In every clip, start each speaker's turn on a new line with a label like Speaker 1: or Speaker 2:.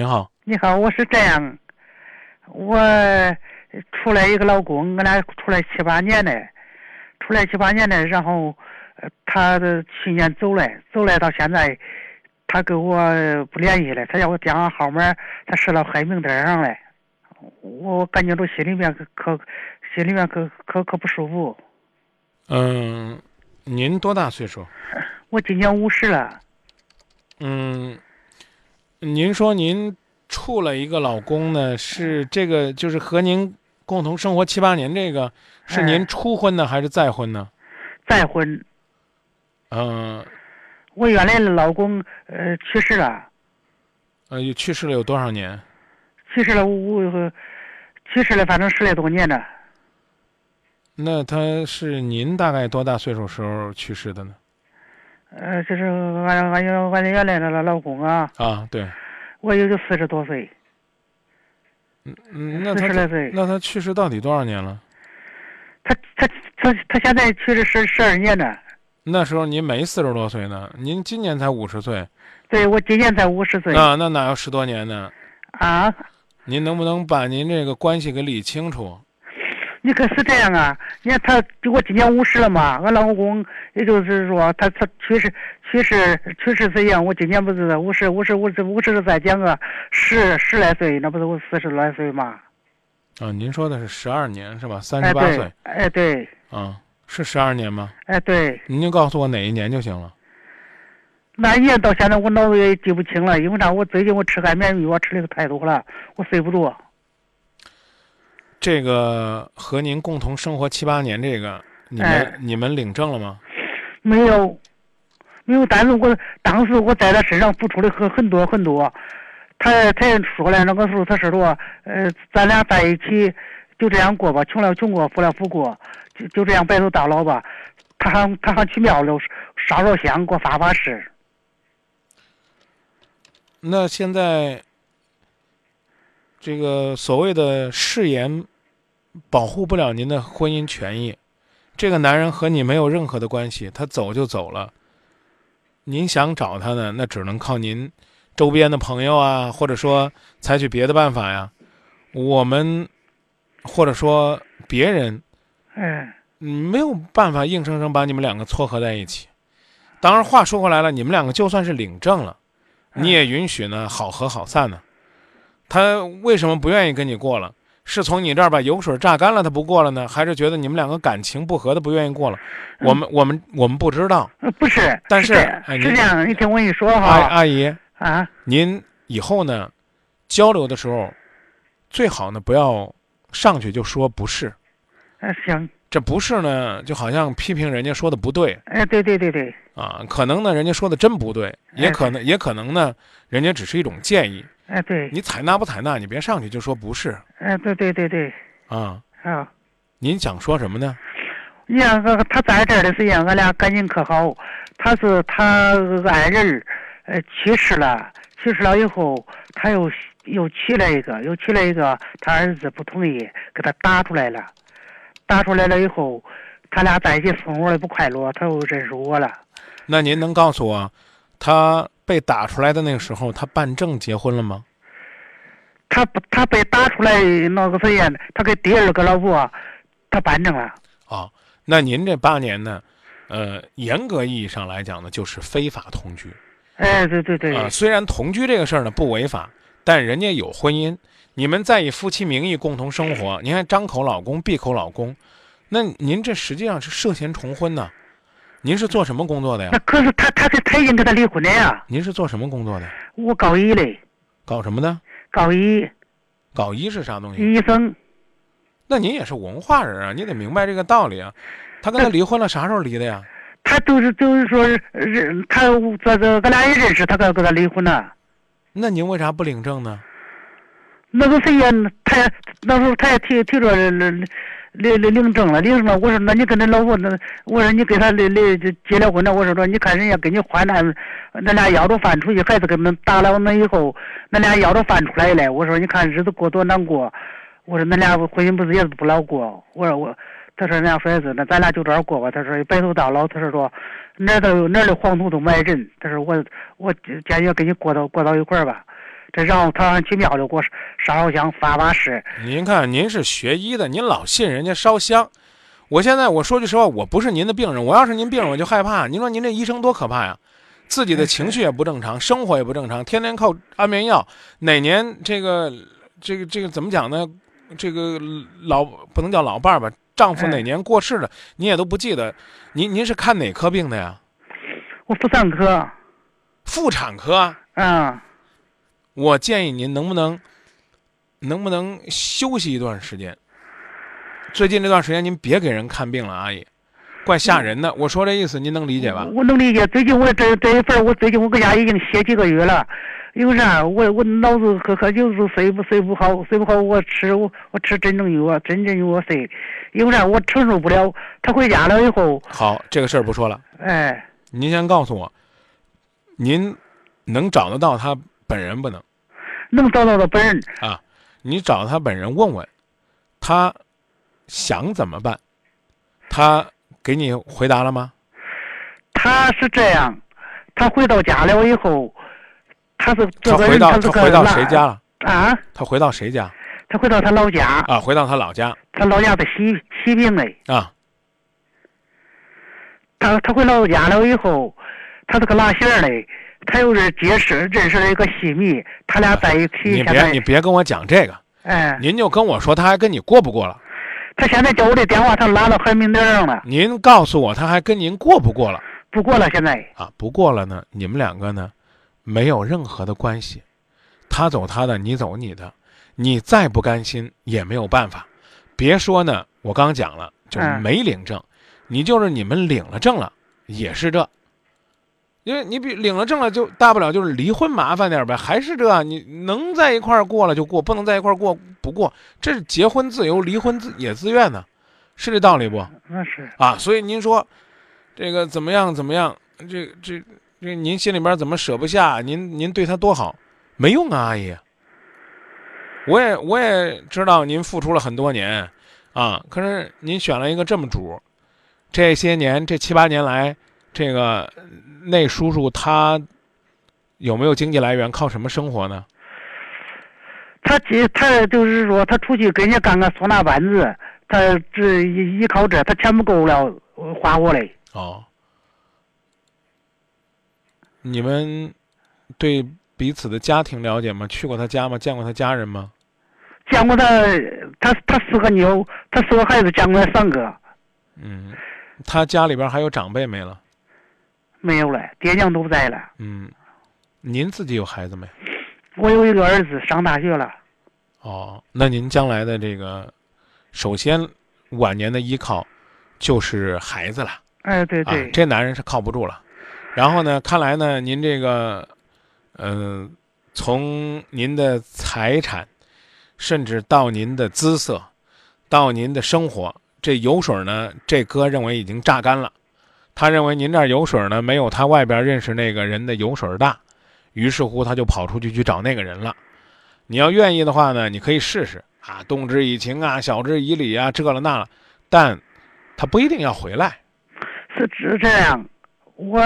Speaker 1: 您好，
Speaker 2: 你好，我是这样，我出来一个老公，我俩出来七八年了，出来七八年了，然后呃他的去年走了，走了到现在，他跟我不联系了，他要我电话号码，他设到黑名单上了，我感觉到心里面可可心里面可可可不舒服。
Speaker 1: 嗯，您多大岁数？
Speaker 2: 我今年五十了，
Speaker 1: 嗯，您说您处了一个老公呢，是这个就是和您共同生活七八年，这个是您
Speaker 2: 哎
Speaker 1: 初婚呢还是再婚呢？
Speaker 2: 再婚，
Speaker 1: 嗯，
Speaker 2: 我原来的老公呃去世了。
Speaker 1: 呃，有去世了有多少年？
Speaker 2: 去世了五五，去世了，反正十来多年了。
Speaker 1: 那他是您大概多大岁数时候去世的呢？
Speaker 2: 呃，就是俺俺原俺原来的老老公啊，
Speaker 1: 啊，对，
Speaker 2: 我也就四十多岁，
Speaker 1: 嗯，那
Speaker 2: 四
Speaker 1: 他
Speaker 2: 十来岁。
Speaker 1: 那他去世到底多少年了？
Speaker 2: 他他他他现在去世十十二年了。
Speaker 1: 那时候您没四十多岁呢，您今年才五十岁，
Speaker 2: 对我今年才五十岁
Speaker 1: 那那哪有十多年呢？
Speaker 2: 啊！
Speaker 1: 您能不能把您这个关系给理清楚？
Speaker 2: 你可是这样啊？你看他，我今年五十了嘛，俺老公也就是说他他去世去世去世这样，我今年不是五十五十五十五十再减个十十来岁，那不是我四十来岁嘛？
Speaker 1: 啊，您说的是十二年是吧？三
Speaker 2: 哎
Speaker 1: 十八
Speaker 2: 对
Speaker 1: 岁，
Speaker 2: 哎对，
Speaker 1: 啊，是十二年吗？
Speaker 2: 哎对。
Speaker 1: 您就告诉我哪一年就行了。
Speaker 2: 那一年到现在我脑子也记不清了，因为啥？我最近我吃安眠药啊吃的太多了，我睡不着。
Speaker 1: 这个和您共同生活七八年，这个你们、
Speaker 2: 哎
Speaker 1: 你们领证了吗？
Speaker 2: 没有，没有。但是我当时我在他身上付出的很很多很多。他他也说了，那个时候他说说，呃，咱俩在一起就这样过吧，穷了穷过，富了富过，就就这样白头到老吧。他还他还去庙里烧烧香，给我发发誓。
Speaker 1: 那现在这个所谓的誓言保护不了您的婚姻权益，这个男人和你没有任何的关系，他走就走了。您想找他呢，那只能靠您周边的朋友啊，或者说采取别的办法呀。我们或者说别人
Speaker 2: 嗯、
Speaker 1: 嗯，没有办法硬生生把你们两个撮合在一起。当然，话说回来了，你们两个就算是领证了，
Speaker 2: 嗯
Speaker 1: 你也允许呢好合好散呢。他为什么不愿意跟你过了？是从你这儿把油水榨干了，他不过了呢，还是觉得你们两个感情不和，他不愿意过了？我们我们我们不知道。
Speaker 2: 呃不是，
Speaker 1: 但是
Speaker 2: 是这样
Speaker 1: 哎
Speaker 2: 是
Speaker 1: 您
Speaker 2: 这样，你听我跟你说
Speaker 1: 阿
Speaker 2: 哈
Speaker 1: 阿姨，
Speaker 2: 啊，
Speaker 1: 您以后呢交流的时候，最好呢不要上去就说不是，
Speaker 2: 呃行，
Speaker 1: 这不是呢就好像批评人家说的不对，
Speaker 2: 哎、对对对对，
Speaker 1: 啊，可能呢，人家说的真不对，也
Speaker 2: 哎
Speaker 1: 可能也可能呢，人家只是一种建议，
Speaker 2: 哎、对。
Speaker 1: 你采纳不采纳，你别上去就说不是
Speaker 2: 嗯，对对对对，
Speaker 1: 啊。
Speaker 2: 啊，
Speaker 1: 您想说什么呢？
Speaker 2: 你看我他在这儿的时间，俺俩感情可好。他是他爱人，呃，去世了，去世了以后，他又又娶了一个，又娶了一个，他儿子不同意，给他打出来了，打出来了以后，他俩在一起生活的不快乐，他又认识我了。
Speaker 1: 那您能告诉我，他被打出来的那个时候，他办证结婚了吗？
Speaker 2: 他不，他被打出来那个时间，他给第二个老婆，他办证了。
Speaker 1: 啊，那您这八年呢，呃，严格意义上来讲呢，就是非法同居
Speaker 2: 哎，对对对，
Speaker 1: 啊。虽然同居这个事儿呢不违法，但人家有婚姻，你们再以夫妻名义共同生活，您还张口老公闭口老公，那您这实际上是涉嫌重婚呐。您是做什么工作的呀
Speaker 2: 那？可是他，他他他已经跟他离婚了呀。
Speaker 1: 您是做什么工作的？
Speaker 2: 我高一嘞，
Speaker 1: 搞什么的？
Speaker 2: 高一。
Speaker 1: 搞医是啥东西？
Speaker 2: 医生，
Speaker 1: 那您也是文化人啊，你得明白这个道理啊。他跟他离婚了，啥时候离的呀？
Speaker 2: 他就是就是说是，认他这这俺俩也认识，他跟跟他离婚了。
Speaker 1: 那您为啥不领证呢？
Speaker 2: 那个谁也，他也那时候他也提提着领领领证了，领证了。我说那你跟那老婆那，我说你给他离离结了婚了。我说说你看人家给你换那，那俩要着饭出去，孩子给们打了我们以后，那俩要着饭出来了。我说你看日子过多难过，我说那俩婚姻不是也是不老过。我说我，他说那样说是那咱俩就这样过吧。他说白头到老，他说说哪儿都有哪儿的黄土都埋人。他说我我坚决跟你过到过到一块儿吧。这让我他去庙里给我烧烧香发发誓。
Speaker 1: 您看，您是学医的，您老信人家烧香。我现在我说句实话，我不是您的病人，我要是您病人，我就害怕。您说您这医生多可怕呀！自己的情绪也不正常，生活也不正常，天天靠安眠药。哪年这个这个这个怎么讲呢？这个老不能叫老伴儿吧，丈夫哪年过世的，您也都不记得。您您是看哪科病的呀？
Speaker 2: 我妇产科，
Speaker 1: 妇产科啊。
Speaker 2: 嗯，
Speaker 1: 我建议您能不能，能不能休息一段时间？最近这段时间您别给人看病了，阿姨，怪吓人的。我说这意思您能理解吧？
Speaker 2: 我能理解。最近我这这一份儿，我最近我搁家已经歇几个月了，因为啥？我我脑子可可就是睡不睡不好，睡不好我吃我我吃真正药，真正药睡，因为啥？我承受不了。他回家了以后，
Speaker 1: 好，这个事儿不说了。
Speaker 2: 哎，
Speaker 1: 您先告诉我，您能找得到他本人不能？
Speaker 2: 能找到他本人，
Speaker 1: 啊，你找他本人问问，他想怎么办？他给你回答了吗？
Speaker 2: 他是这样，他回到家了以后，他是这
Speaker 1: 他
Speaker 2: 个
Speaker 1: 回
Speaker 2: 人
Speaker 1: 到
Speaker 2: 是
Speaker 1: 他
Speaker 2: 个
Speaker 1: 回到
Speaker 2: 懒
Speaker 1: 谁家了？
Speaker 2: 啊？
Speaker 1: 他回到谁家？
Speaker 2: 他回到他老家，
Speaker 1: 啊，回到他老家
Speaker 2: 他老家在西西平嘞。
Speaker 1: 啊。
Speaker 2: 他他回老家了以后，他这个拉线儿嘞，他又是结识认识了一个西迷，他俩在一起。
Speaker 1: 你
Speaker 2: 现
Speaker 1: 别
Speaker 2: 在
Speaker 1: 你别跟我讲这个，
Speaker 2: 哎，
Speaker 1: 您就跟我说他还跟你过不过了？
Speaker 2: 他现在叫我的电话，他拉到黑名单上了，
Speaker 1: 您告诉我他还跟您过不过了
Speaker 2: 不过了现在。
Speaker 1: 啊？不过了呢，你们两个呢，没有任何的关系，他走他的，你走你的，你再不甘心也没有办法。别说呢，我刚讲了，就是
Speaker 2: 嗯
Speaker 1: 没领证，你就是你们领了证了，也是这。因为你比领了证了就，大不了就是离婚麻烦点儿呗，还是这，你能在一块儿过了就过，不能在一块儿过不过，这是结婚自由，离婚自也自愿呢、是这道理不？
Speaker 2: 那是
Speaker 1: 啊，所以您说这个怎么样怎么样？这这这，您心里边怎么舍不下？您您对他多好，没用啊，阿姨。我也我也知道您付出了很多年，啊，可是您选了一个这么主儿，这些年这七八年来，这个那叔叔他有没有经济来源？靠什么生活呢？
Speaker 2: 他结他就是说他出去给人家干个唢呐班子，他这依依靠这他钱不够了呃花我嘞。
Speaker 1: 哦，你们对彼此的家庭了解吗？去过他家吗？见过他家人吗？
Speaker 2: 见过他，他他四个妞，他四个孩子见过他三个
Speaker 1: 嗯，他家里边还有长辈没了。
Speaker 2: 没有了，爹娘都不在了。
Speaker 1: 嗯，您自己有孩子没？
Speaker 2: 我有一个儿子上大学了，
Speaker 1: 哦，那您将来的这个，首先晚年的依靠就是孩子了
Speaker 2: 哎，对
Speaker 1: 啊
Speaker 2: 对，，
Speaker 1: 这男人是靠不住了。然后呢，看来呢，您这个，呃，从您的财产，甚至到您的姿色，到您的生活，这油水呢，这哥认为已经榨干了。他认为您这儿油水呢，没有他外边认识那个人的油水大，于是乎他就跑出去去找那个人了。你要愿意的话呢，你可以试试啊，动之以情啊，晓之以理啊，这了那了，但他不一定要回来。
Speaker 2: 是指这样，我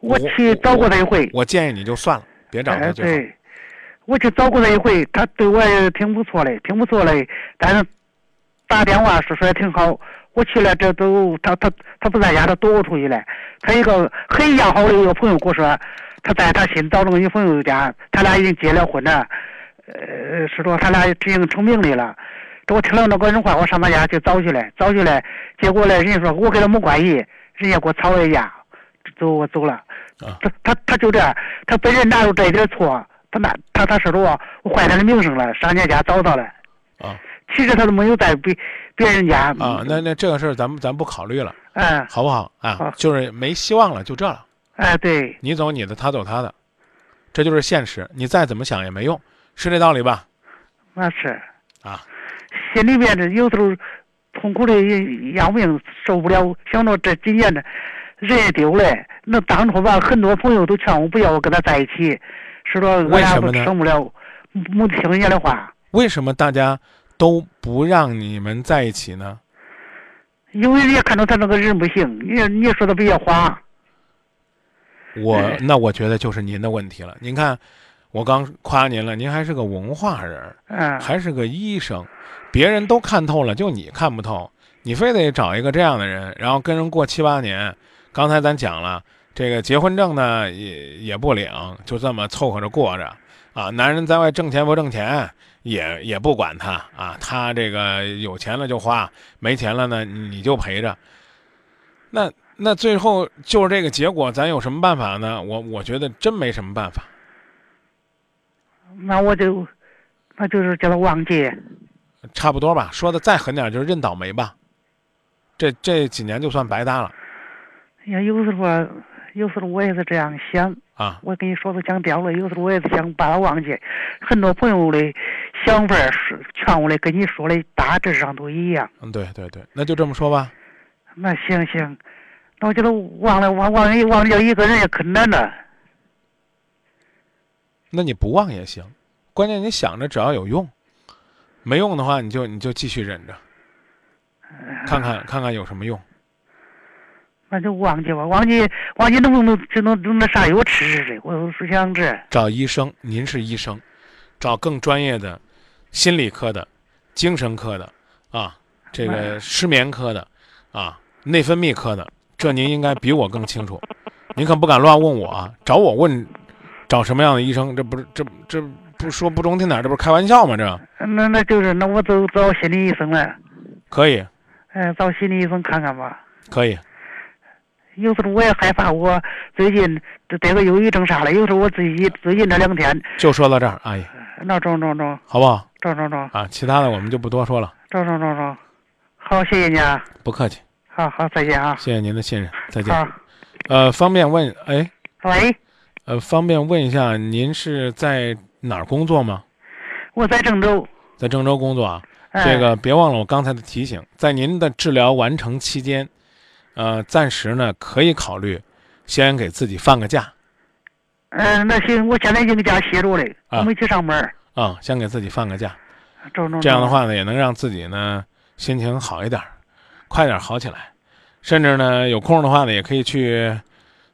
Speaker 1: 我
Speaker 2: 我去找过他一回，
Speaker 1: 我建议你就算了，别找他
Speaker 2: 哎，
Speaker 1: 最好。
Speaker 2: 对，我去找过他一回，他对我也挺不错的，挺不错的，但是打电话说说也挺好。我去了，这都他他他不在家，他躲我出去了。他一个很要好的一个朋友跟我说，他在他新找了个女朋友家，他俩已经结了婚了，呃，是说他俩已经成名的了。这我听了那个人话，我上他家去找去了，找去了，结果呢，人家说我跟他没关系，人家给我吵了一架，走我走了。
Speaker 1: 啊
Speaker 2: 他他他就这样，他本人哪有这一点错？他那他他说着我我坏他的名声了，上人家家找他了。
Speaker 1: 啊
Speaker 2: 其实他都没有在别别人家
Speaker 1: 啊，那那这个事儿咱们咱不考虑了，
Speaker 2: 嗯
Speaker 1: 好不好啊
Speaker 2: 好？
Speaker 1: 就是没希望了，就这了。
Speaker 2: 哎对
Speaker 1: 你走你的，他走他的，这就是现实。你再怎么想也没用，是这道理吧？
Speaker 2: 那是
Speaker 1: 啊，
Speaker 2: 心里面这有时候痛苦的要命，受不了。想着这几年呢，人也丢了，那当初吧，很多朋友都劝我不要跟他在一起，说说我
Speaker 1: 为
Speaker 2: 俩
Speaker 1: 什么
Speaker 2: 不
Speaker 1: 呢
Speaker 2: 成不了，没听人家的话。
Speaker 1: 为什么大家都不让你们在一起呢？
Speaker 2: 因为人家看到他那个人不行，人家人家说他比较花，
Speaker 1: 我
Speaker 2: 哎嗯
Speaker 1: 那我觉得就是您的问题了。您看，我刚夸您了，您还是个文化人儿，
Speaker 2: 嗯，
Speaker 1: 还是个医生，别人都看透了，就你看不透，你非得找一个这样的人，然后跟人过七八年。刚才咱讲了，这个结婚证呢也也不领，就这么凑合着过着啊。男人在外挣钱不挣钱也也不管他啊，他这个有钱了就花，没钱了呢你就陪着。那那最后就是这个结果，咱有什么办法呢？我我觉得真没什么办法。
Speaker 2: 那我就，那就是叫他忘记。
Speaker 1: 差不多吧。说的再狠点儿就是认倒霉吧。这这几年就算白搭了
Speaker 2: 也有时候啊，有时候我也是这样想。
Speaker 1: 啊！
Speaker 2: 我跟你说都讲掉了，有时候我也是想把它忘记。很多朋友的想法是劝我的，跟你说的大致上都一样。
Speaker 1: 嗯，对对对，那就这么说吧。
Speaker 2: 那行行，那我觉得忘了忘忘了忘了一个人也可难了。
Speaker 1: 那你不忘也行，关键你想着只要有用，没用的话你就你就继续忍着，看看看看有什么用。
Speaker 2: 那就忘记吧，忘记忘记能不能就能弄那啥药吃吃的，我是想这。
Speaker 1: 找医生，您是医生，找更专业的心理科的、精神科的啊，这个失眠科的啊，内分泌科的，这您应该比我更清楚。您可不敢乱问我啊，找我问找什么样的医生，这不是这这不说不中听点儿，这不是开玩笑吗？这
Speaker 2: 那那就是那我就找心理医生了，
Speaker 1: 可以
Speaker 2: 哎，找心理医生看看吧。
Speaker 1: 可以，
Speaker 2: 有时候我也害怕，我最近得得个忧郁症啥的。有时候我自己最近这两天，
Speaker 1: 就说到这儿，阿姨，
Speaker 2: 那中中中
Speaker 1: 好不好
Speaker 2: 中中中
Speaker 1: 啊？其他的我们就不多说了，
Speaker 2: 中中中中，好，谢谢你啊，
Speaker 1: 不客气，
Speaker 2: 好好再见啊，
Speaker 1: 谢谢您的信任，再见。
Speaker 2: 好，
Speaker 1: 呃，方便问，哎，
Speaker 2: 喂，
Speaker 1: 呃，方便问一下，您是在哪儿工作吗？
Speaker 2: 我在郑州，
Speaker 1: 在郑州工作啊，
Speaker 2: 哎、
Speaker 1: 这个别忘了我刚才的提醒，在您的治疗完成期间，呃，暂时呢可以考虑先给自己放个假
Speaker 2: 嗯、那行，我现在已经搁家歇着了，
Speaker 1: 啊
Speaker 2: 我没去上班。
Speaker 1: 啊、先给自己放个假，
Speaker 2: 中中
Speaker 1: 这样的
Speaker 2: 中
Speaker 1: 话呢，也能让自己呢心情好一点儿，快点儿好起来，甚至呢有空的话呢，也可以去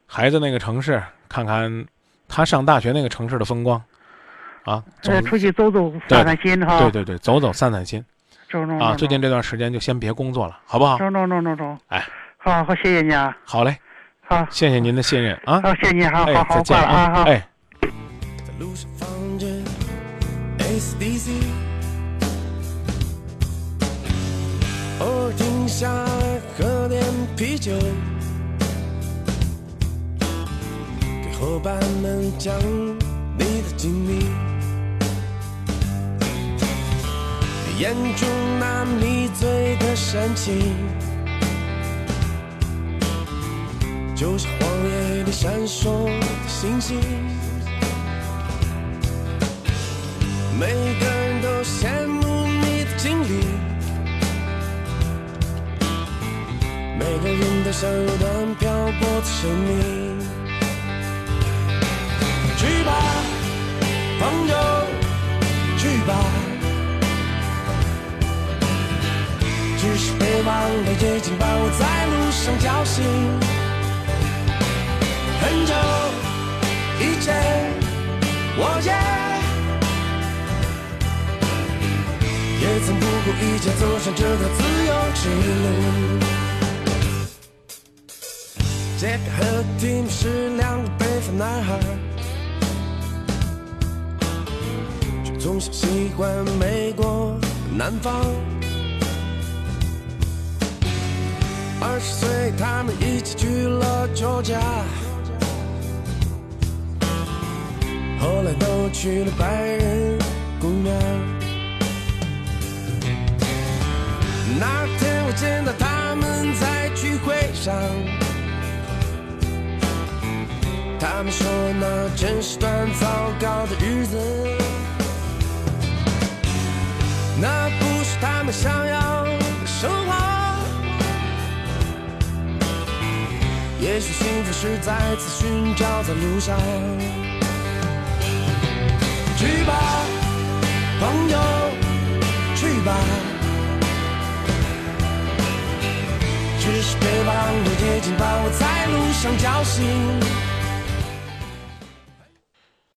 Speaker 1: 孩子那个城市看看他上大学那个城市的风光，啊，走
Speaker 2: 呃，出去走走，
Speaker 1: 对
Speaker 2: 散散心哈。
Speaker 1: 对对对，走走散散心
Speaker 2: 中中
Speaker 1: 啊，
Speaker 2: 中
Speaker 1: 最近这段时间就先别工作了，好不好？
Speaker 2: 中中中中中，
Speaker 1: 哎，
Speaker 2: 好好谢谢你啊，
Speaker 1: 好嘞，
Speaker 2: 好，
Speaker 1: 谢谢您的信任啊。
Speaker 2: 好谢谢你，好嗯好
Speaker 1: 哎，
Speaker 2: 好
Speaker 1: 再见
Speaker 2: 挂了啊，好。
Speaker 1: 哎。
Speaker 3: 在路上放着 ACDC，偶尔停下来喝点啤酒，给伙伴们讲你的经历，眼中那迷醉的神情，就像荒野里闪烁的星星。每个人都羡慕你的经历，每个人都想有段漂泊的生命。去吧，朋友，去吧，只是别忘了，已经把我在路上叫醒。很久以前，我也。也曾不顾一切走上这条自由之路。杰克和蒂姆是两个北方男孩，却从小习惯美国南方。二十岁，他们一起去了乔家，后来都去了白人公园。那天我见到他们在聚会上，他们说那真是段糟糕的日子，那不是他们想要的生活。也许幸福是再次寻找在路上，去吧，朋友，去吧。只是别忘了，已经把我在路上叫醒。很